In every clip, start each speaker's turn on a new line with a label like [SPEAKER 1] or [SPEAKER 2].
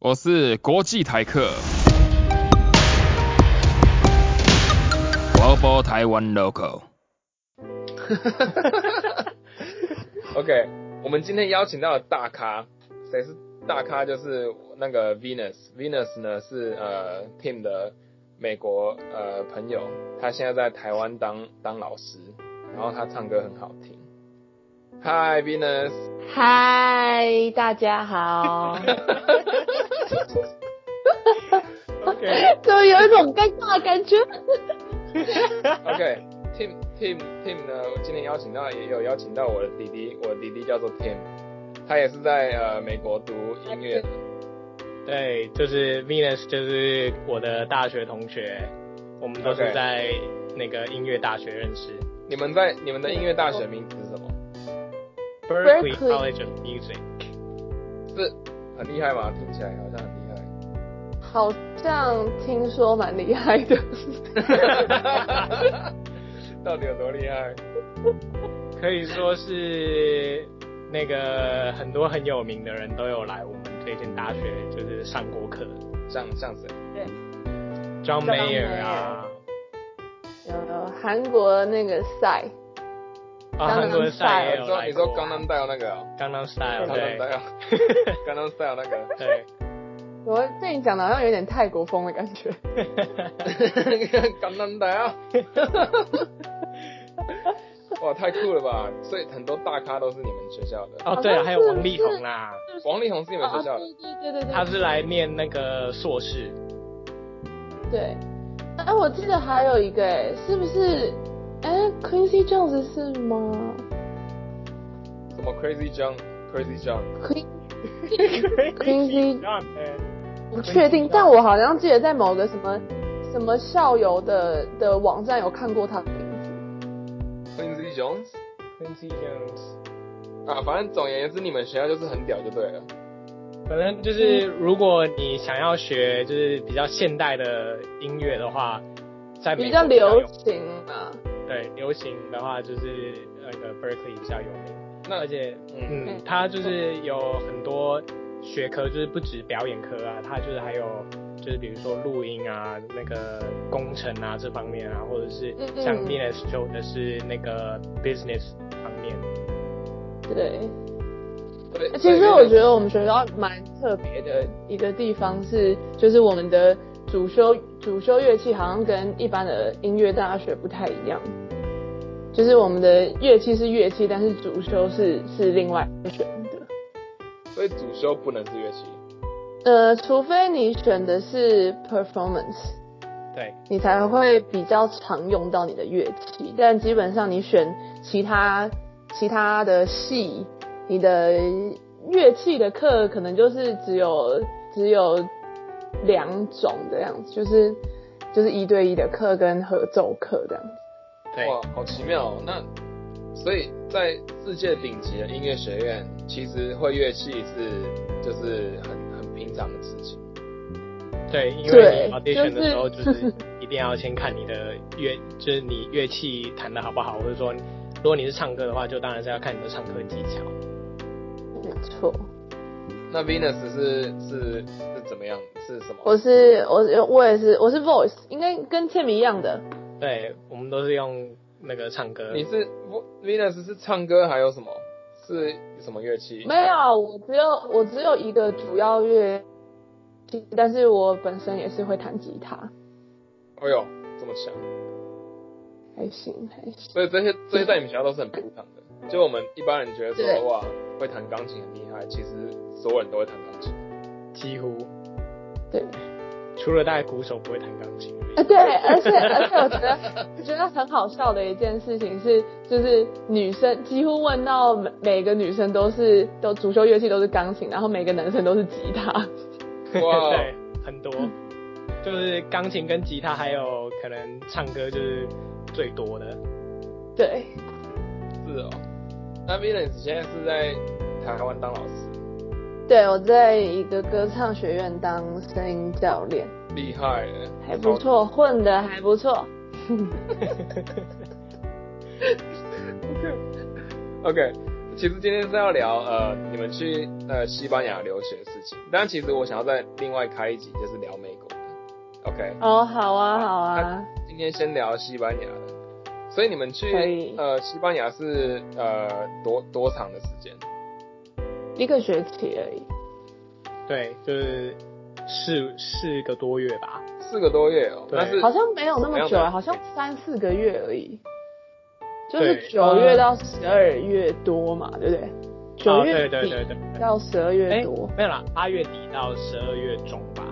[SPEAKER 1] 我是国际台客。Global Taiwan Local。
[SPEAKER 2] OK，我们今天邀请到了大咖，谁是大咖？就是那个 Venus，Venus 呢是呃 Tim 的美国呃朋友，他现在在台湾当当老师，然后他唱歌很好听。Hi Venus，
[SPEAKER 3] 嗨，大家 好。
[SPEAKER 2] OK
[SPEAKER 3] 怎么有一种尴尬的感觉？
[SPEAKER 2] OK Tim Tim Tim 呢，我今天邀请到也有邀请到我的弟弟，我弟弟叫做 Tim，他也是在呃美国读音乐的。
[SPEAKER 4] 对，就是 Venus，就是我的大学同学，我们都
[SPEAKER 2] OK
[SPEAKER 4] 是在那个音乐大学认识
[SPEAKER 2] 你们在你们的音乐大学名字是什么？
[SPEAKER 3] Berkeley
[SPEAKER 4] ，Berkeley College of Music。
[SPEAKER 2] 是很厉害吗？听起来好像很厉害。
[SPEAKER 3] 好像听说蛮厉害 的。
[SPEAKER 2] 到底有多厉害？
[SPEAKER 4] 可以说是那个很多很有名的人都有来我们这间大学，就是上过课
[SPEAKER 2] 像像谁？
[SPEAKER 3] John
[SPEAKER 4] ，John Mayer 啊，
[SPEAKER 3] 呃，韩国那个赛，
[SPEAKER 4] 啊，
[SPEAKER 3] Gangnam
[SPEAKER 4] 韩国
[SPEAKER 3] Style
[SPEAKER 4] 赛也
[SPEAKER 2] 你
[SPEAKER 4] 有
[SPEAKER 2] 说
[SPEAKER 4] 来
[SPEAKER 2] 你说
[SPEAKER 4] 过，
[SPEAKER 2] 刚刚 style 那个、哦，
[SPEAKER 4] Gangnam
[SPEAKER 2] 刚
[SPEAKER 4] Style，
[SPEAKER 2] 刚
[SPEAKER 4] 对
[SPEAKER 2] style，刚刚 style 那个
[SPEAKER 4] 对，
[SPEAKER 3] 我对你讲的好像有点泰国风的感觉。
[SPEAKER 2] 刚刚 style，哇，太酷了吧！所以很多大咖都是你们学校的。
[SPEAKER 4] 哦对，还有王力宏啦，
[SPEAKER 2] 王力宏是你们学校的，
[SPEAKER 3] 对哦对对对
[SPEAKER 4] 他是来念那个硕士，
[SPEAKER 3] 对。哎、我记得还有一个、哎，是不是？哎、q u i n c y Jones 是吗啊
[SPEAKER 2] 什么 Crazy John，Crazy John，
[SPEAKER 3] ？Quin，
[SPEAKER 4] Crazy
[SPEAKER 3] Crazy
[SPEAKER 4] John，哎
[SPEAKER 3] 不确定，但我好像记得在某个什么什么校友的的网站有看过他的名字。
[SPEAKER 2] Quincy Jones
[SPEAKER 4] Quincy Jones。
[SPEAKER 2] 啊，反正总而言之，你们学校就是很屌就对了。
[SPEAKER 4] 反正就是，
[SPEAKER 3] 嗯
[SPEAKER 4] 如果你想要学就是比较现代的音乐的话，在美
[SPEAKER 3] 比
[SPEAKER 4] 国
[SPEAKER 3] 较
[SPEAKER 4] 有嗯
[SPEAKER 3] 流行啊。
[SPEAKER 4] 对流行的话，就是呃那个 Berkeley 比较有名。
[SPEAKER 2] 那
[SPEAKER 4] 而且，
[SPEAKER 2] 嗯
[SPEAKER 4] 嗯，它就是有很多学科，就是不止表演科啊，它就是还有就是比如说录音啊、那个工程啊这方面啊，或者是
[SPEAKER 3] 嗯嗯
[SPEAKER 4] 像
[SPEAKER 3] 嗯
[SPEAKER 4] Venus 修的是那个 business 方面。
[SPEAKER 3] 对，
[SPEAKER 2] 对，
[SPEAKER 3] 其实我觉
[SPEAKER 2] 得
[SPEAKER 3] 得我们学校蛮特别的一个地方是，就是我们的主修主修乐器好像跟一般的音乐大学不太一样，就是我们的乐器是乐器，但是主修是是另外选的。
[SPEAKER 2] 所以主修不能是乐器。
[SPEAKER 3] 呃，除非你选的是 performance，
[SPEAKER 4] 对，
[SPEAKER 3] 你才会比较常用到你的乐器。但基本上你选其他其他的系，你的乐器的课可能就是只有只有两种这样子，就是就是一对一的课跟合奏课这样子。
[SPEAKER 4] 对，
[SPEAKER 2] 哇，好奇妙、哦！那所以在世界顶级的音乐学院，其实会乐器是就是很很平常的事情。
[SPEAKER 4] 对，因为
[SPEAKER 3] 对
[SPEAKER 4] 你 audition
[SPEAKER 3] 就是
[SPEAKER 4] 的时候，就是一定要先看你的乐， 就是你乐器弹的好不好，或者说，如果你是唱歌的话，就当然是要看你的唱歌技巧。
[SPEAKER 3] 没错，
[SPEAKER 2] 那 Venus 是是是怎么样？是什么？
[SPEAKER 3] 我是我我也是我是 voice，应该跟倩米一样的。
[SPEAKER 4] 对，我们都是用那个唱歌。
[SPEAKER 2] 你是不 Venus 是唱歌，还有什么？是什么乐器？
[SPEAKER 3] 没有，我只有我只有一个主要乐器，但是我本身也是会弹吉他，
[SPEAKER 2] 哎呦，这么强！
[SPEAKER 3] 还行还行。
[SPEAKER 2] 所以这些这些在你们学校都是很平常的。就我们一般人觉得
[SPEAKER 3] 对
[SPEAKER 2] 说哇，会弹钢琴很厉害，其实所有人都会弹钢琴。
[SPEAKER 4] 几乎
[SPEAKER 3] 对，
[SPEAKER 4] 除了大概鼓手不会弹钢琴
[SPEAKER 3] 啊
[SPEAKER 4] 而已。
[SPEAKER 3] 对，而且而且我觉得我觉得很好笑的一件事情是，就是女生几乎问到每每个女生都是都主修乐器都是钢琴，然后每个男生都是吉他。
[SPEAKER 2] 哇，
[SPEAKER 4] 对，很多就是钢琴跟吉他，还有可能唱歌就是最多的。
[SPEAKER 3] 对，
[SPEAKER 2] 是哦。那 Venus 现在是在台湾当老师。
[SPEAKER 3] 对我在一个歌唱学院当声音教练，
[SPEAKER 2] 厉害耶，
[SPEAKER 3] 还不错，混的还不错。
[SPEAKER 2] 超。OK，其实今天是要聊呃你们去呃西班牙留学的事情，但其实我想要再另外开一集，就是聊美国的。OK，
[SPEAKER 3] 哦，好啊，好啊，
[SPEAKER 2] 今天先聊西班牙的。所以你们去
[SPEAKER 3] 可以
[SPEAKER 2] 呃西班牙是呃多多长的时间？
[SPEAKER 3] 一个学期而已。
[SPEAKER 4] 对，就是四四个多月吧。
[SPEAKER 2] 四个多月哦。
[SPEAKER 4] 对
[SPEAKER 2] 但是
[SPEAKER 3] 好像没有那么久
[SPEAKER 2] 怎么样的
[SPEAKER 3] 啊，好像三四个月而已，就
[SPEAKER 4] 对
[SPEAKER 3] 是九月到十二月多嘛，对不啊对？九
[SPEAKER 4] 哦
[SPEAKER 3] 月
[SPEAKER 4] 对对
[SPEAKER 3] 底
[SPEAKER 4] 对对对
[SPEAKER 3] 到十二
[SPEAKER 4] 哎
[SPEAKER 3] 月多，
[SPEAKER 4] 没有啦，八月底到十二月中吧。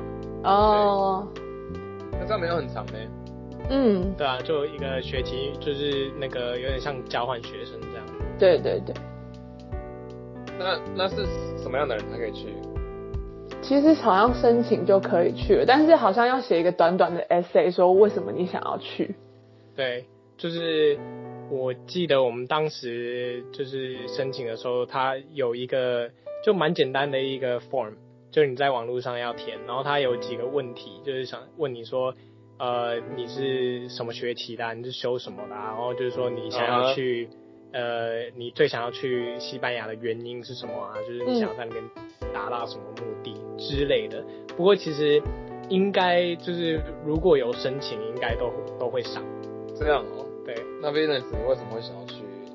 [SPEAKER 3] 哦，
[SPEAKER 2] 那这样没有很长呢。
[SPEAKER 3] 嗯，
[SPEAKER 4] 对啊，就一个学期，就是那个有点像交换学生这样。
[SPEAKER 3] 对对对，
[SPEAKER 2] 那那是什么样的人才可以去？
[SPEAKER 3] 其实好像申请就可以去了，但是好像要写一个短短的 essay 说为什么你想要去，
[SPEAKER 4] 对，就是我记得我们当时就是申请的时候，它有一个就蛮简单的一个 form，就你在网络上要填，然后它有几个问题，就是想问你说，呃，你是什么学期的啊、你是修什么的、啊？然后就是说你想
[SPEAKER 2] 啊哈
[SPEAKER 4] 要去。呃，你最想要去西班牙的原因是什么啊？就是你想要在那边达到什么目的之类的。不过其实应该就是如果有申请，应该都都会上。
[SPEAKER 2] 这样哦。
[SPEAKER 4] 对，
[SPEAKER 2] 那 Venus 你为什么会想要去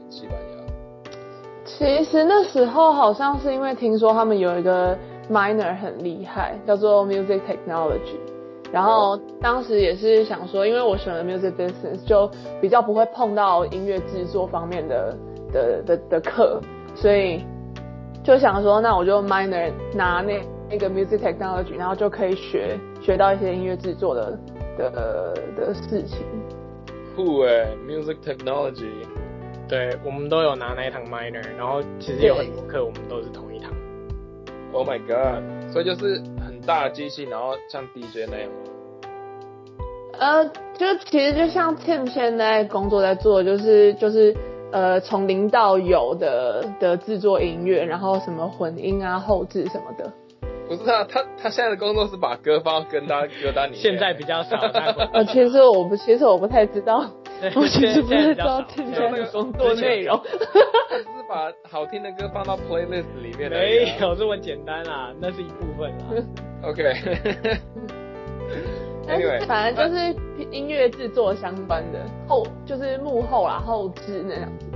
[SPEAKER 2] 西班牙？
[SPEAKER 3] 其实那时候好像是因为听说他们有一个 minor 很厉害，叫做 music technology。然后当时也是想说，因为我选了 music business，就比较不会碰到音乐制作方面的的的的课，所以就想说，那我就 minor 拿那那个 music technology，然后就可以学学到一些音乐制作的的的事情。
[SPEAKER 2] 酷诶 m u s i c eh, Technology。
[SPEAKER 4] 对，我们都有拿那一堂 minor，然后其实有很多课我们都是同一堂。
[SPEAKER 2] Oh my god！所以就是很大的机器，然后像 DJ 那样吗。
[SPEAKER 3] 呃，就其实就像 Tim 现在工作在做，就是就是呃从零到有的的制作音乐，然后什么混音啊、后置什么的。
[SPEAKER 2] 不是啊，他他现在的工作是把歌放到跟他歌单里面。
[SPEAKER 4] 现在比较少，但会
[SPEAKER 3] 呃，其实我不，其实我不太知道，
[SPEAKER 4] 对
[SPEAKER 3] 我其实
[SPEAKER 4] 现
[SPEAKER 3] 不
[SPEAKER 4] 在
[SPEAKER 3] 太
[SPEAKER 4] 比
[SPEAKER 3] 知
[SPEAKER 4] 较
[SPEAKER 3] 道
[SPEAKER 4] 少
[SPEAKER 3] Tim
[SPEAKER 4] 现
[SPEAKER 3] 现
[SPEAKER 4] 在
[SPEAKER 3] 在
[SPEAKER 4] 比
[SPEAKER 3] 的
[SPEAKER 4] 较
[SPEAKER 3] 工作内容。
[SPEAKER 2] 啊他只是把好听的歌放到 playlist 里面而已啊
[SPEAKER 4] 没。有这么简单啦，那是一部分啊 啦。
[SPEAKER 2] OK 。
[SPEAKER 3] 但是
[SPEAKER 2] Anyway，
[SPEAKER 3] 反正就是音乐制作相关的后，就是幕后啦、后置那样子。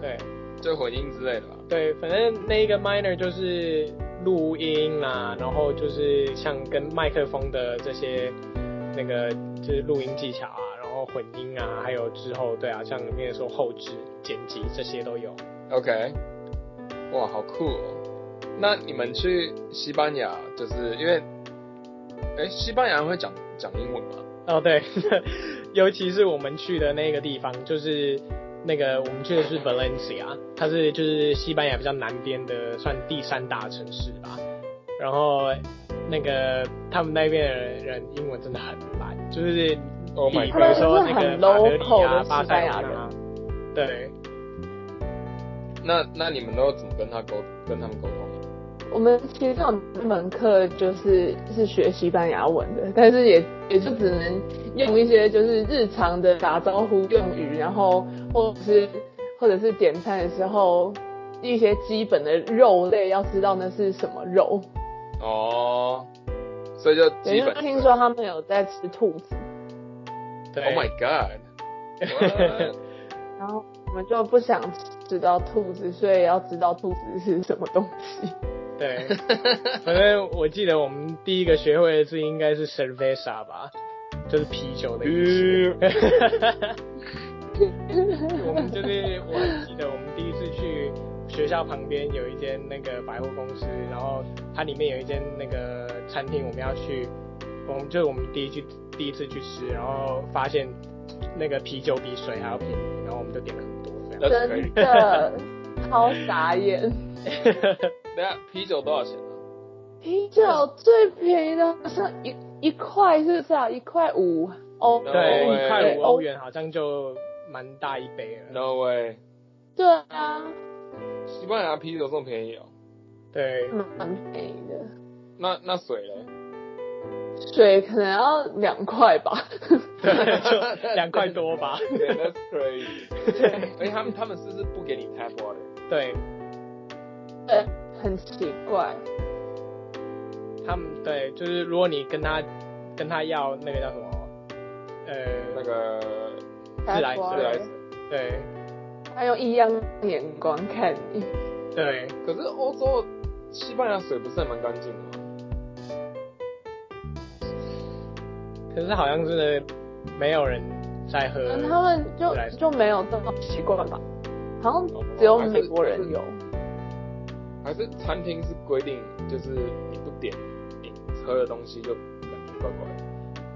[SPEAKER 4] 对
[SPEAKER 2] 就混音之类的吧。
[SPEAKER 4] 对，反正那一个 minor 就是录音啦，然后就是像跟麦克风的这些那个就是录音技巧啊，然后混音啊，还有之后对啊，像里面说后置、剪辑这些都有。
[SPEAKER 2] OK，哇，好酷哦！那你们去西班牙，就是因为，哎、西班牙人会讲讲英文吗？
[SPEAKER 4] 哦，对， 尤其是我们去的那个地方，就是那个我们去的是 Valencia，它是就是西班牙比较南边的，算第三大城市吧。然后那个他们那边的人英文真的很烂，就是比
[SPEAKER 2] Oh my
[SPEAKER 4] 比
[SPEAKER 2] god
[SPEAKER 4] 如说那
[SPEAKER 3] 他
[SPEAKER 4] 个
[SPEAKER 3] 们真的很
[SPEAKER 4] 马德里
[SPEAKER 3] local
[SPEAKER 4] 啊
[SPEAKER 3] 的、
[SPEAKER 4] 巴
[SPEAKER 3] 西
[SPEAKER 4] 塞
[SPEAKER 3] 班
[SPEAKER 4] 罗
[SPEAKER 3] 牙
[SPEAKER 4] 那啊，对，
[SPEAKER 2] 那那你们都怎么跟他沟跟他们沟通？啊
[SPEAKER 3] 我们其实有一门课就是是学西班牙文的，但是也也就只能用一些就是日常的打招呼用语，然后或者是或者是点餐的时候一些基本的肉类要知道那是什么肉。
[SPEAKER 2] 哦，所以就
[SPEAKER 3] 对
[SPEAKER 2] 基
[SPEAKER 3] 因为
[SPEAKER 2] 本。
[SPEAKER 3] 听说他们有在吃兔子，
[SPEAKER 4] 对
[SPEAKER 2] Oh my god！What？
[SPEAKER 3] 然后我们就不想吃到兔子，所以要知道兔子是什么东西。
[SPEAKER 4] 对，反正我记得我们第一个学会的字应该是 cerveza 吧，就是啤酒的意思。 我们就是我还记得我们第一次去学校旁边有一间那个百货公司，然后它里面有一间那个餐厅，我们要去，我们就是我们第一去第一次去吃，然后发现那个啤酒比水还要便宜，然后我们就点了很多这 样。
[SPEAKER 2] That's crazy
[SPEAKER 3] 真的超傻眼。
[SPEAKER 2] 等一下啤酒多少钱啊？
[SPEAKER 3] 啤酒最便宜的好像一一块是不是啊？一块五欧元，
[SPEAKER 4] 对，
[SPEAKER 2] No way
[SPEAKER 4] 一块五欧元好像就蛮大一杯了。
[SPEAKER 2] No way！
[SPEAKER 3] 对啊，
[SPEAKER 2] 西班牙啤酒这么便宜哦？
[SPEAKER 4] 对，
[SPEAKER 3] 蛮便宜的。
[SPEAKER 2] 那那水嘞？
[SPEAKER 3] 水可能要两块吧，
[SPEAKER 4] 对，就两块多吧。
[SPEAKER 2] 对，That's crazy！哎
[SPEAKER 3] 对
[SPEAKER 2] 而且他们他们是不是不给你 tap water？
[SPEAKER 4] 对，
[SPEAKER 3] 对，很奇怪。
[SPEAKER 4] 他们对，就是如果你跟他跟他要那个叫什么，
[SPEAKER 2] 那
[SPEAKER 4] 呃，
[SPEAKER 2] 个
[SPEAKER 4] 自来水
[SPEAKER 2] 自来水。
[SPEAKER 4] 对
[SPEAKER 3] 他用异样眼光看你。
[SPEAKER 4] 对，
[SPEAKER 2] 可是欧洲西班牙水不是还蛮干净的吗？
[SPEAKER 4] 可是好像真的没有人在喝，
[SPEAKER 3] 嗯，他们就
[SPEAKER 4] 自来水哦
[SPEAKER 3] 就没有这种习惯吧？好像只有美国人
[SPEAKER 4] 嗯
[SPEAKER 3] 有。
[SPEAKER 2] 还是餐厅是规定，就是你不点你喝的东西就感觉怪怪的。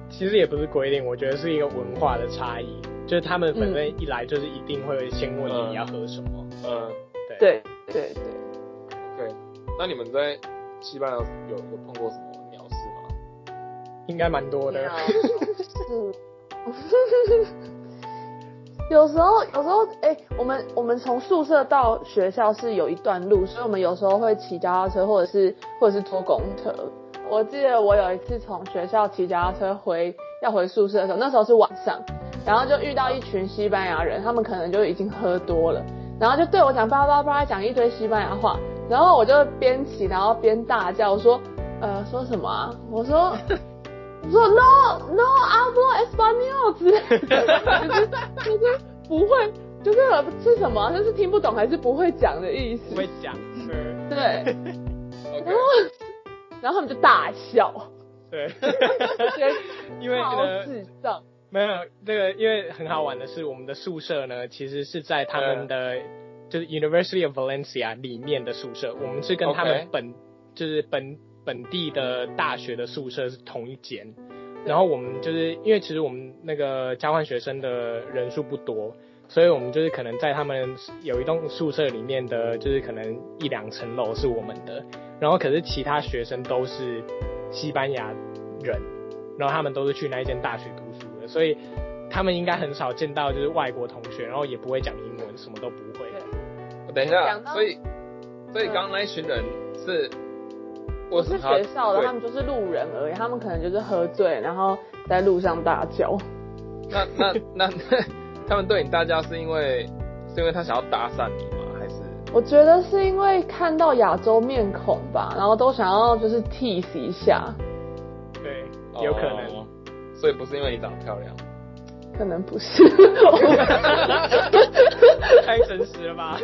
[SPEAKER 4] 其实也不是规定，我觉得是一个文化的差异，就是他们反正一来就是一定会先问你
[SPEAKER 2] 嗯
[SPEAKER 4] 你要喝什么，
[SPEAKER 2] 嗯
[SPEAKER 4] 对
[SPEAKER 3] 对对对，
[SPEAKER 2] ，OK。那你们在西班牙有有碰过什么鸟事吗？
[SPEAKER 4] 应该蛮多
[SPEAKER 3] 啊
[SPEAKER 4] 的，
[SPEAKER 3] 是。有时候，有时候，哎、我们我们从宿舍到学校是有一段路，所以我们有时候会骑脚踏车，或者是或者是坐公车。我记得我有一次从学校骑脚踏车回要回宿舍的时候，那时候是晚上，然后就遇到一群西班牙人，他们可能就已经喝多了，然后就对我讲叭叭叭讲一堆西班牙话，然后我就边骑然后边大叫我说，呃，说什么啊？我说我说 no no hablo español 之类的，就是就是不会，就是是什么啊，就是听不懂还是不会讲的意
[SPEAKER 4] 不
[SPEAKER 3] 思，
[SPEAKER 4] 会讲，对
[SPEAKER 3] 对。
[SPEAKER 2] OK，
[SPEAKER 3] 然后，然后他们就大笑，
[SPEAKER 4] 对，
[SPEAKER 3] 觉得
[SPEAKER 4] 因为
[SPEAKER 3] 超
[SPEAKER 4] 呢
[SPEAKER 3] 智障。
[SPEAKER 4] 没有这个，因为很好玩的是，我们的宿舍呢，其实是在他们的、就是 University of Valencia 里面的宿舍，我们是跟
[SPEAKER 2] OK
[SPEAKER 4] 他们本就是本本地的大学的宿舍是同一间。然后我们就是因为其实我们那个交换学生的人数不多，所以我们就是可能在他们有一栋宿舍里面的，就是可能一两层楼是我们的，然后可是其他学生都是西班牙人，然后他们都是去那一间大学读书的，所以他们应该很少见到就是外国同学，然后也不会讲英文，什么都不会。
[SPEAKER 2] 等一下
[SPEAKER 3] 讲，到
[SPEAKER 2] 所以所以刚刚那一群人是，我
[SPEAKER 3] 我是学校的，他们就是路人而已，他们可能就是喝醉，然后在路上大叫。
[SPEAKER 2] 那那那 他们对你大叫是因为是因为他想要搭讪你吗？还是
[SPEAKER 3] 我觉得是因为看到亚洲面孔吧，然后都想要就是 tease 一下，
[SPEAKER 4] 对，有可能。
[SPEAKER 2] 哦所以不是因为你长得漂亮。
[SPEAKER 3] 可能不是。
[SPEAKER 4] 太诚实了吧？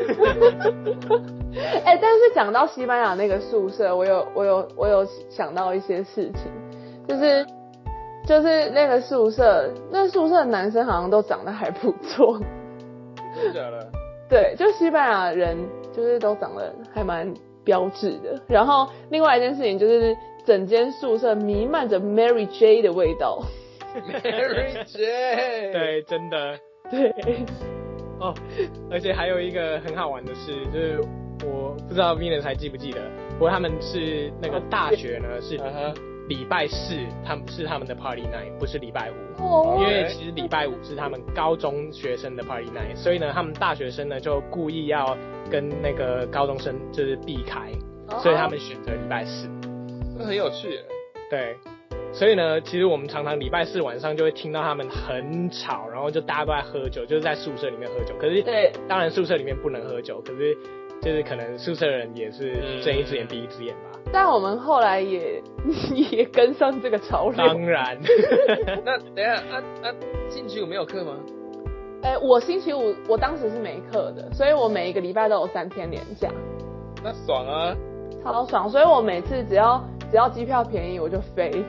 [SPEAKER 3] 哎、但是讲到西班牙那个宿舍，我有我有我有想到一些事情，就是就是那个宿舍，那宿舍的男生好像都长得还不错，
[SPEAKER 2] 真的假的？
[SPEAKER 3] 对，就西班牙人就是都长得还蛮标致的。然后另外一件事情就是，整间宿舍弥漫着 Mary J 的味道，
[SPEAKER 2] Mary J。，
[SPEAKER 4] 对，真的
[SPEAKER 3] 对，
[SPEAKER 4] 哦。而且还有一个很好玩的事，就是我不知道 Venus 还记不记得，不过他们是那个大学呢是
[SPEAKER 2] 嗯哼，
[SPEAKER 4] 礼拜四，他们是他们的 party night，不是礼拜五。
[SPEAKER 3] 哦
[SPEAKER 4] 因为其实礼拜五是他们高中学生的 party night，所以呢，他们大学生呢就故意要跟那个高中生就是避开，
[SPEAKER 3] 哦
[SPEAKER 4] 所以他们选择礼拜四。
[SPEAKER 2] 这很有趣耶。
[SPEAKER 4] 对，所以呢，其实我们常常礼拜四晚上就会听到他们很吵，然后就大家都在喝酒，就是在宿舍里面喝酒。可是，
[SPEAKER 3] 对
[SPEAKER 4] 当然宿舍里面不能喝酒，可是就是可能宿舍人也是睁一只眼闭一只眼吧。
[SPEAKER 3] 但我们后来也 也跟上这个潮流。
[SPEAKER 4] 当然，
[SPEAKER 2] 那等一下，啊啊，进去有没有课吗？
[SPEAKER 3] 哎、我星期五我当时是没课的，所以我每一个礼拜都有三天连假，
[SPEAKER 2] 那爽啊！
[SPEAKER 3] 超爽。所以我每次只要只要机票便宜我就飞。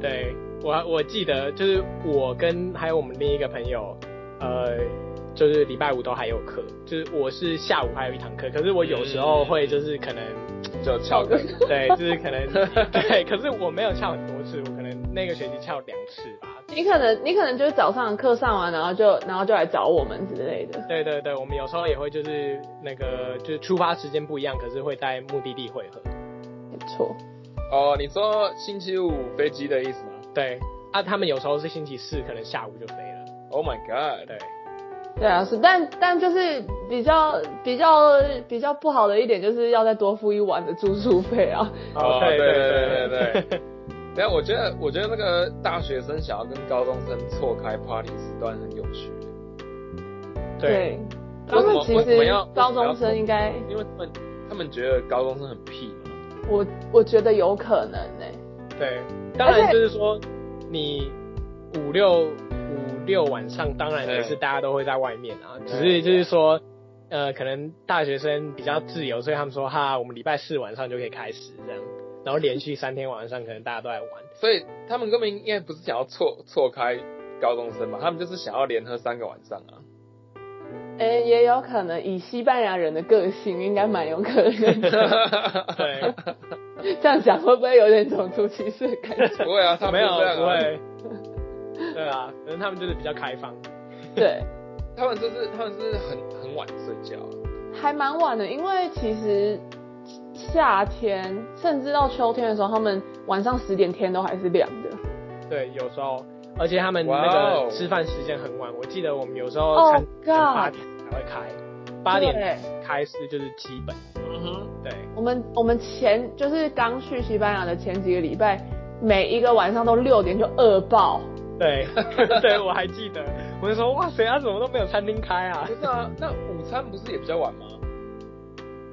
[SPEAKER 4] 对我我记得就是我跟还有我们另一个朋友，呃，就是礼拜五都还有课，就是我是下午还有一堂课，可是我有时候会就是可能。
[SPEAKER 2] 就翘课。
[SPEAKER 4] 对，就是可 能对，可是我没有翘很多次，我可能那个学期翘两次吧。
[SPEAKER 3] 你可能你可能就是早上的课上完，然后就然后就来找我们之类的。
[SPEAKER 4] 对对对，我们有时候也会就是那个就是出发时间不一样，可是会在目的地汇合。
[SPEAKER 3] 没错，
[SPEAKER 2] 哦，你说星期五飞机的意思吗
[SPEAKER 4] 对啊，他们有时候是星期四，可能下午就飞了。
[SPEAKER 2] ？Oh my god！
[SPEAKER 4] 对，
[SPEAKER 3] 对啊是，但但就是比较比较比较不好的一点就是要再多付一晚的住宿费啊。
[SPEAKER 2] 哦
[SPEAKER 4] 对
[SPEAKER 2] 对
[SPEAKER 4] 对
[SPEAKER 2] 对对但我觉得，我觉得那个大学生想要跟高中生错开 party 时段很有趣。
[SPEAKER 4] 对，
[SPEAKER 3] 他们其
[SPEAKER 2] 为什么为什么
[SPEAKER 3] 实
[SPEAKER 2] 要
[SPEAKER 3] 高中生应该，
[SPEAKER 4] 嗯
[SPEAKER 2] 因为他们他们觉得高中生很屁嘛，
[SPEAKER 3] 我我觉得有可能欸呢、
[SPEAKER 4] 对，当
[SPEAKER 3] 而
[SPEAKER 4] 然
[SPEAKER 3] 且
[SPEAKER 4] 就是说，你五六五六晚上，当然也是
[SPEAKER 2] 嗯
[SPEAKER 4] 大家都会在外面啊，只
[SPEAKER 2] 对
[SPEAKER 4] 是就是说，呃，可能大学生比较自由，所以他们说哈，我们礼拜四晚上就可以开始这样，然后连续三天晚上可能大家都在玩，
[SPEAKER 2] 所以他们根本应该不是想要错错开高中生嘛，他们就是想要连喝三个晚上啊。
[SPEAKER 3] 哎、也有可能以西班牙人的个性，应该蛮有可 能的。
[SPEAKER 4] 对，
[SPEAKER 3] 这样讲会不会有点种族歧视的感觉？
[SPEAKER 2] 不会啊，他
[SPEAKER 4] 没
[SPEAKER 2] 们
[SPEAKER 4] 有
[SPEAKER 2] 就这样
[SPEAKER 4] 不
[SPEAKER 2] 啊，
[SPEAKER 4] 会， 对啊，可能他们就是比较开放，
[SPEAKER 3] 对，
[SPEAKER 2] 他们就是他们就是很很晚睡觉啊、
[SPEAKER 3] 还蛮晚的，因为其实夏天甚至到秋天的时候，他们晚上十点天都还是亮的。
[SPEAKER 4] 对，有时候，而且他们
[SPEAKER 2] 哇
[SPEAKER 4] 那
[SPEAKER 2] 哦
[SPEAKER 4] 个吃饭时间很晚，我记得我们有时候
[SPEAKER 3] Oh
[SPEAKER 4] 餐餐八
[SPEAKER 3] God
[SPEAKER 4] 点才会开，八点
[SPEAKER 3] 对
[SPEAKER 4] 开是就是基本，
[SPEAKER 2] 嗯哼，
[SPEAKER 4] 对。
[SPEAKER 3] 我们我们前就是刚去西班牙的前几个礼拜，每一个晚上都六点就饿爆。
[SPEAKER 4] 对，对我还记得，我就说哇塞，啊他怎么都没有餐厅开啊
[SPEAKER 2] 不？是啊，那午餐不是也比较晚吗？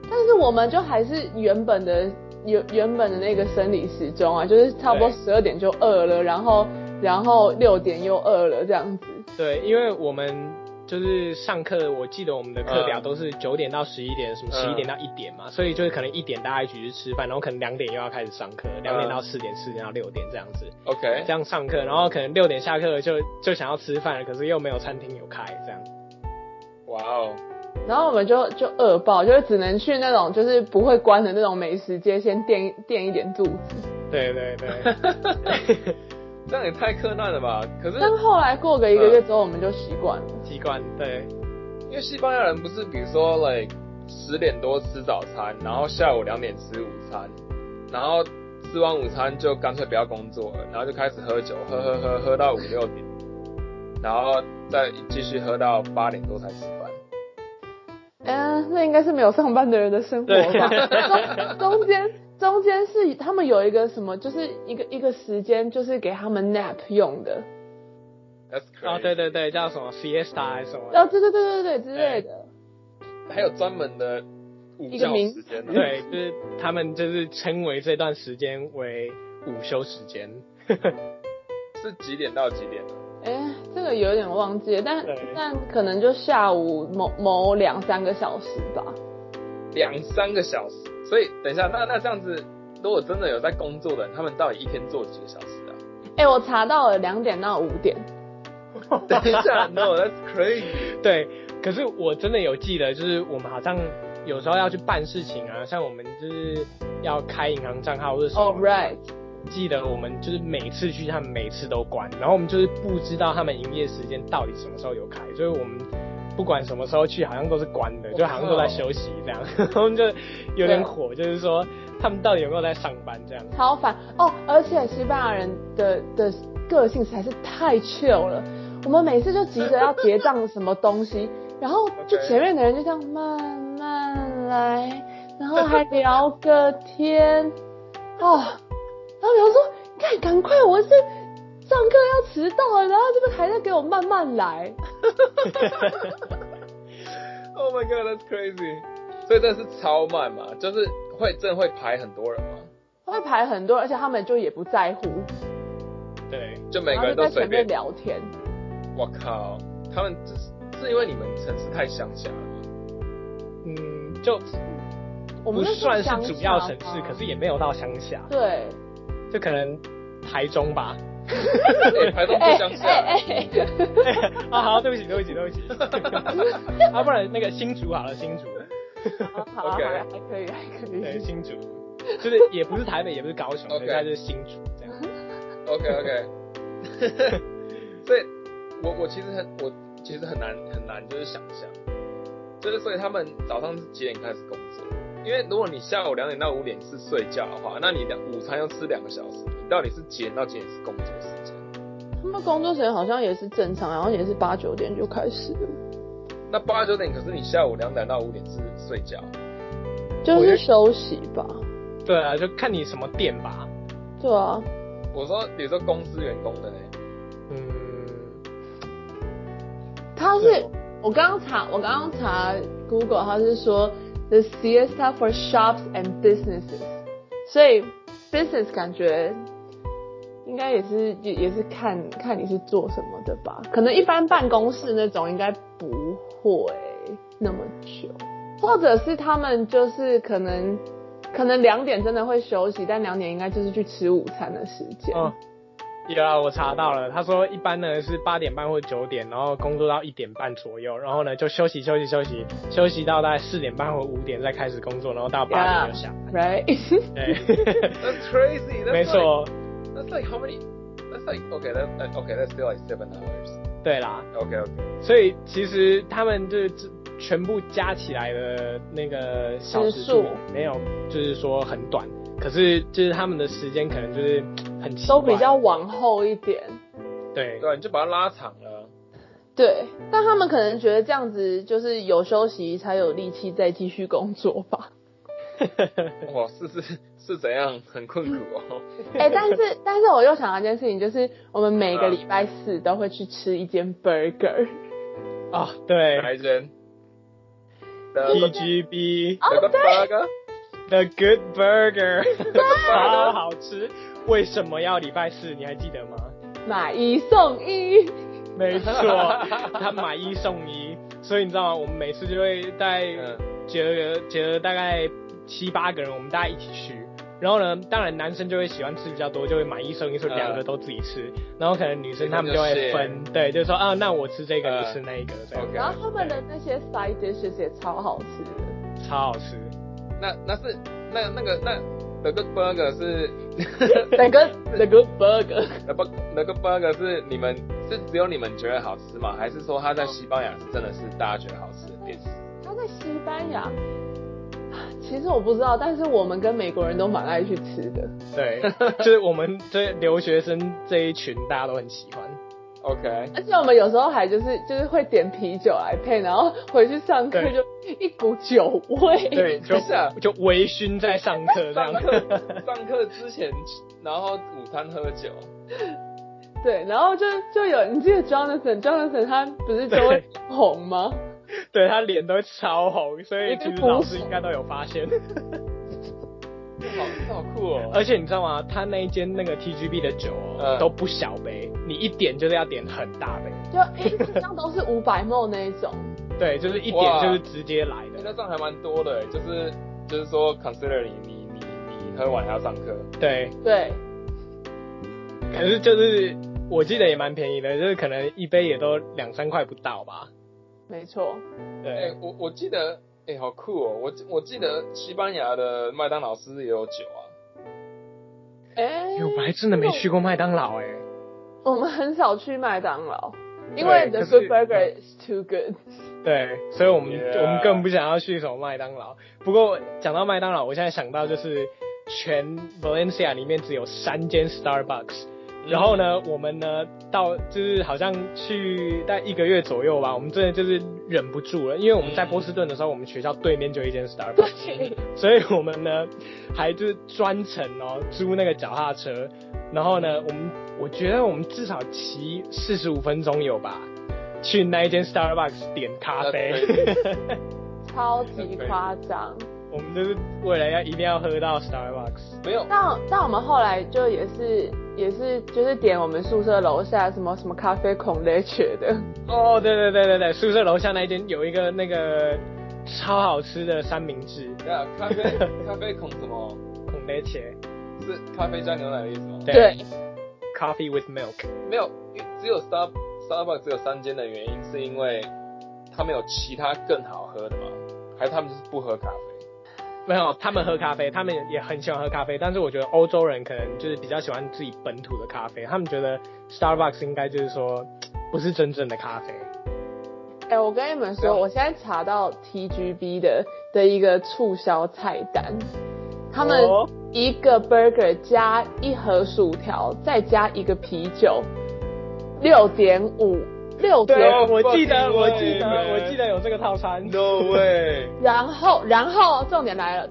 [SPEAKER 3] 但是我们就还是原本的原原本的那个生理时钟啊，就是差不多
[SPEAKER 4] 对
[SPEAKER 3] 十二点就饿了，然后然后六点又饿了这样子。
[SPEAKER 4] 对，因为我们就是上课，我记得我们的课表
[SPEAKER 2] 嗯
[SPEAKER 4] 都是九点到十一点，什么
[SPEAKER 2] 嗯
[SPEAKER 4] 十一点到一点嘛，所以就是可能一点大家一起去吃饭，然后可能两点又要开始上课，两点
[SPEAKER 2] 嗯
[SPEAKER 4] 到四点，四点到六点这样子，
[SPEAKER 2] OK，
[SPEAKER 4] 这样上课，然后可能六点下课就就想要吃饭了，可是又没有餐厅有开，这样。
[SPEAKER 2] 哇哦，
[SPEAKER 3] 然后我们就就饿爆，就是只能去那种就是不会关的那种美食街，先垫一垫一点肚子。
[SPEAKER 4] 对对 对，
[SPEAKER 2] 这样也太困难了吧？可是
[SPEAKER 3] 但后来过个一个月之后，我们就习惯了。
[SPEAKER 4] 习惯对
[SPEAKER 2] 因为西班牙人不是，比如说 like 十点多吃早餐，然后下午两点吃午餐，然后吃完午餐就干脆不要工作了，然后就开始喝酒，喝喝喝喝到五六点，然后再继续喝到八点多才吃饭。
[SPEAKER 3] 嗯，那应该是没有上班的人的生活吧。中中间中间是他们有一个什么，就是一个一个时间，就是给他们 nap 用的。
[SPEAKER 2] That's crazy。
[SPEAKER 4] 哦对对对，叫什么 siesta 还是什么的？
[SPEAKER 3] 哦，对对对对对之类的。
[SPEAKER 2] 还有专门的午
[SPEAKER 3] 一个
[SPEAKER 2] 觉
[SPEAKER 3] 名
[SPEAKER 2] 时间、 啊。
[SPEAKER 4] 对，就是他们就是称为这段时间为午休时间。
[SPEAKER 2] 是几点到几点啊？
[SPEAKER 3] 哎、这个有点忘记了，但
[SPEAKER 4] 对
[SPEAKER 3] 但可能就下午某某两三个小时吧。
[SPEAKER 2] 两三个小时。所以等一下，那那这样子，如果真的有在工作的人，他们到底一天做几个小时啊？
[SPEAKER 3] 哎、我查到了两点到五点。
[SPEAKER 2] 等一下，No，that's crazy。
[SPEAKER 4] 对，可是我真的有记得，就是我们好像有时候要去办事情啊，像我们就是要开银行账号或者什么。
[SPEAKER 2] Oh,
[SPEAKER 3] All right，
[SPEAKER 4] 记得我们就是每次去，他们每次都关，然后我们就是不知道他们营业时间到底什么时候有开，所以我们不管什么时候去，好像都是关的，
[SPEAKER 2] 我靠
[SPEAKER 4] 就好像都在休息这样， 然后就有点火，就是说他们到底有没有在上班这样。
[SPEAKER 3] 超烦哦！而且西班牙人的的个性实在是太 chill 了，我们每次就急着要结账什么东 西，然后就
[SPEAKER 2] OK
[SPEAKER 3] 前面的人就这样慢慢来，然后还聊个天，哦，然后比方说，赶赶快，我是上课要迟到了，然后这边还在给我慢慢来，
[SPEAKER 2] Oh my god, that's crazy！所以这是超慢嘛，就是会真的会排很多人嘛，
[SPEAKER 3] 会排很多，而且他们就也不在乎，
[SPEAKER 4] 对，
[SPEAKER 2] 就每
[SPEAKER 3] 然
[SPEAKER 2] 个
[SPEAKER 3] 后就
[SPEAKER 2] 人都
[SPEAKER 3] 在
[SPEAKER 2] 随
[SPEAKER 3] 前
[SPEAKER 2] 便。
[SPEAKER 3] 面聊天。
[SPEAKER 2] 我靠，他们这是是因为你们城市太乡下了 吗？
[SPEAKER 4] 嗯，就
[SPEAKER 3] 我
[SPEAKER 4] 不
[SPEAKER 3] 们那时候
[SPEAKER 4] 算是
[SPEAKER 3] 乡
[SPEAKER 4] 主要
[SPEAKER 3] 下
[SPEAKER 4] 城市
[SPEAKER 3] 嘛，
[SPEAKER 4] 可是也没有到乡下，
[SPEAKER 3] 啊对。
[SPEAKER 4] 就可能台中 吧。
[SPEAKER 2] 对，台东不乡下。
[SPEAKER 3] 哎哎
[SPEAKER 4] 啊，好，对不起，对不起，对不 起。啊，不然那个新竹好了，新竹，
[SPEAKER 3] 哎，好好好，
[SPEAKER 2] OK
[SPEAKER 3] 还可以，还可
[SPEAKER 4] 对，
[SPEAKER 3] 以。
[SPEAKER 4] 新竹，就是也不是台北，也不是高雄，
[SPEAKER 2] OK
[SPEAKER 4] 对，它就是新竹这样。
[SPEAKER 2] OK OK，所以我我其实很我其实很难很难就是想象，就是所以他们早上是几点开始工作？因为如果你下午两点到五点是睡觉的话，那你的午餐要吃两个小时，你到底是几点到几点是工作时间？
[SPEAKER 3] 他们工作时间好像也是正常，然后也是八九点就开始了，
[SPEAKER 2] 那八九点可是你下午两点到五点是睡觉，
[SPEAKER 3] 就是休息吧。
[SPEAKER 4] 对啊，就看你什么店吧。
[SPEAKER 3] 对啊，
[SPEAKER 2] 我说比如说公司员工的呢，
[SPEAKER 4] 嗯，
[SPEAKER 3] 他是
[SPEAKER 4] 对
[SPEAKER 3] 我刚刚查，我刚刚查 Google，它是说 the siesta for shops and businesses，所以 business 感觉应该也是也也是看看你是做什么的吧，可能一般办公室那种应该不会那么久，或者是他们就是可能可能两点真的会休息，但两点应该就是去吃午餐的时间。
[SPEAKER 4] 哦，有啊，我查到了，他说一般呢是八点半或九点，然后工作到一点半左右，然后呢就休息休息休息，休息到大概四点半或五点再开始工作，然后到八
[SPEAKER 3] Yeah
[SPEAKER 4] 点就下班。
[SPEAKER 3] Right，
[SPEAKER 4] 对，呃
[SPEAKER 2] That's crazy. That's
[SPEAKER 4] 没错，
[SPEAKER 2] Like, that's like how many? That's like okay. That that- okay. That's still like seven hours.
[SPEAKER 4] 对啦，
[SPEAKER 2] Okay. Okay.
[SPEAKER 4] 所以其实他们就是全部加起来的那个小时
[SPEAKER 3] 时
[SPEAKER 4] 数
[SPEAKER 3] 数
[SPEAKER 4] 没有，就是说很短，可是就是他们的时间可能就是很奇怪
[SPEAKER 3] 都比较往后一点。
[SPEAKER 4] 对
[SPEAKER 2] 对啊，你就把它拉长了。
[SPEAKER 3] 对，但他们可能觉得这样子就是有休息才有力气再继续工作吧。
[SPEAKER 2] 哇，是是是怎样？很困苦哦。
[SPEAKER 3] 哎、但是但是我又想到一件事情，就是我们每个礼拜四都会去吃一间 burger。
[SPEAKER 4] 啊、对
[SPEAKER 2] 哪一间？The
[SPEAKER 4] ，T G B
[SPEAKER 3] 哦
[SPEAKER 2] The
[SPEAKER 3] 对
[SPEAKER 2] Burger
[SPEAKER 4] The Good Burger，超
[SPEAKER 2] Burger
[SPEAKER 4] 好吃。为什么要礼拜四？你还记得吗？
[SPEAKER 3] 买一送一，
[SPEAKER 4] 没错，他买一送一，所以你知道吗？我们每次就会带
[SPEAKER 2] 嗯
[SPEAKER 4] 结了结了大概七八个人，我们大家一起去。然后呢，当然男生就会喜欢吃比较多，就会买一送一，说
[SPEAKER 2] 嗯
[SPEAKER 4] 两个都自己吃。然后可能女生她们
[SPEAKER 2] 女
[SPEAKER 4] 就
[SPEAKER 2] 生就
[SPEAKER 4] 会分，对，就说啊，那我吃这
[SPEAKER 2] 嗯
[SPEAKER 4] 个，你吃那一个，这样
[SPEAKER 2] OK
[SPEAKER 3] 然后他们的那些 side dishes 也超好吃的。
[SPEAKER 4] 超好吃。
[SPEAKER 2] 那那是那那个那 The Good Burger 是
[SPEAKER 3] 那个那个 burger，
[SPEAKER 2] The Bur The Good Burger 是你们是只有你们觉得好吃吗？还是说它在西班牙是真的是大家觉得好吃的店？
[SPEAKER 3] 它在西班牙，其实我不知道，但是我们跟美国人都蛮爱去吃的。
[SPEAKER 4] 对，就是我们这留学生这一群，大家都很喜欢。
[SPEAKER 2] OK，
[SPEAKER 3] 而且我们有时候还就是就是会点啤酒来配，然后回去上课
[SPEAKER 4] 对
[SPEAKER 3] 就一股酒味。
[SPEAKER 4] 对，就
[SPEAKER 2] 等
[SPEAKER 4] 啊
[SPEAKER 2] 一下
[SPEAKER 4] 就微醺在上课这
[SPEAKER 2] 上
[SPEAKER 4] 样。
[SPEAKER 2] 课 上课之前，然后午餐喝酒，
[SPEAKER 3] 对然后就就有你记得 Jonathan Jonathan 他不是都会红吗？
[SPEAKER 4] 对他脸都超红，所以其实老师应该都有发现。
[SPEAKER 2] 好这好酷哦！
[SPEAKER 4] 而且你知道吗？他那一间那个 TGB 的酒、哦
[SPEAKER 2] 嗯
[SPEAKER 4] 都不小杯，你一点就是要点很大杯，
[SPEAKER 3] 就一上都是五百 ml 那一种。
[SPEAKER 4] 对，就是一点
[SPEAKER 2] 哇
[SPEAKER 4] 就是直接来
[SPEAKER 2] 欸
[SPEAKER 4] 的
[SPEAKER 2] 那。这样还蛮多的欸，就是就是说 consider 你你你你喝完还要上课，
[SPEAKER 4] 对，
[SPEAKER 3] 对，
[SPEAKER 4] 可是就是我记得也蛮便宜的，就是可能一杯也都两三块不到吧。
[SPEAKER 3] 没错。
[SPEAKER 2] 哎、
[SPEAKER 4] 对，
[SPEAKER 2] 我我记得，哎、好酷哦！我我记得西班牙的麦当劳是不是也有酒啊？
[SPEAKER 3] 哎、
[SPEAKER 4] 因为我还真的没去过麦当劳哎、
[SPEAKER 3] 我们很少去麦当劳，因
[SPEAKER 4] 对
[SPEAKER 3] 为 The
[SPEAKER 4] 可是
[SPEAKER 3] Good Burger is too good。
[SPEAKER 4] 对，所以我们
[SPEAKER 2] Yeah
[SPEAKER 4] 我们更不想要去什么麦当劳。不过讲到麦当劳，我现在想到就是全 Valencia 里面只有三间 Starbucks，然后呢，我们呢到就是好像去大概一个月左右吧，我们真的就是忍不住了，因为我们在波士顿的时候，我们学校对面就有一间 Starbucks，
[SPEAKER 3] 对，
[SPEAKER 4] 所以我们呢还就是专程哦租那个脚踏车，然后呢，我们我觉得我们至少骑四十五分钟有吧，去那一间 Starbucks 点咖啡，
[SPEAKER 3] 超级夸张。
[SPEAKER 4] 我们就是为了要一定要喝到 Starbucks，
[SPEAKER 2] 没有，
[SPEAKER 3] 但但我们后来就也是也是就是点我们宿舍楼下什么什么咖啡孔 l e 的。
[SPEAKER 4] 哦，对对对对对，宿舍楼下那一间有一个那个超好吃的三明治，
[SPEAKER 2] 等一下咖啡咖啡孔什么？
[SPEAKER 4] 孔雷切，
[SPEAKER 2] 是咖啡加牛奶的意思吗？
[SPEAKER 4] 对
[SPEAKER 3] 对，
[SPEAKER 4] ，Coffee with milk，
[SPEAKER 2] 没有，因为只有 Star Starbucks 只有三间的原因是因为他们有其他更好喝的嘛？还是他们就是不喝咖啡？
[SPEAKER 4] 没有，他们喝咖啡，他们也也很喜欢喝咖啡，但是我觉得欧洲人可能就是比较喜欢自己本土的咖啡，他们觉得 Starbucks 应该就是说不是真正的咖啡。
[SPEAKER 3] 哎、我跟你们
[SPEAKER 2] 对
[SPEAKER 3] 说，
[SPEAKER 2] 啊
[SPEAKER 3] 我现在查到 TGB 的的一个促销菜单，他们
[SPEAKER 4] 哦
[SPEAKER 3] 一个 burger 加一盒薯条，再加一个啤酒，六点五，六
[SPEAKER 4] 对
[SPEAKER 3] 点，
[SPEAKER 4] 哦
[SPEAKER 2] No
[SPEAKER 4] 我记
[SPEAKER 2] fucking
[SPEAKER 4] 得，我记
[SPEAKER 2] way,
[SPEAKER 4] 得，
[SPEAKER 2] man
[SPEAKER 4] 我记得有这个套餐。
[SPEAKER 2] No way！
[SPEAKER 3] 然后然后重点来了，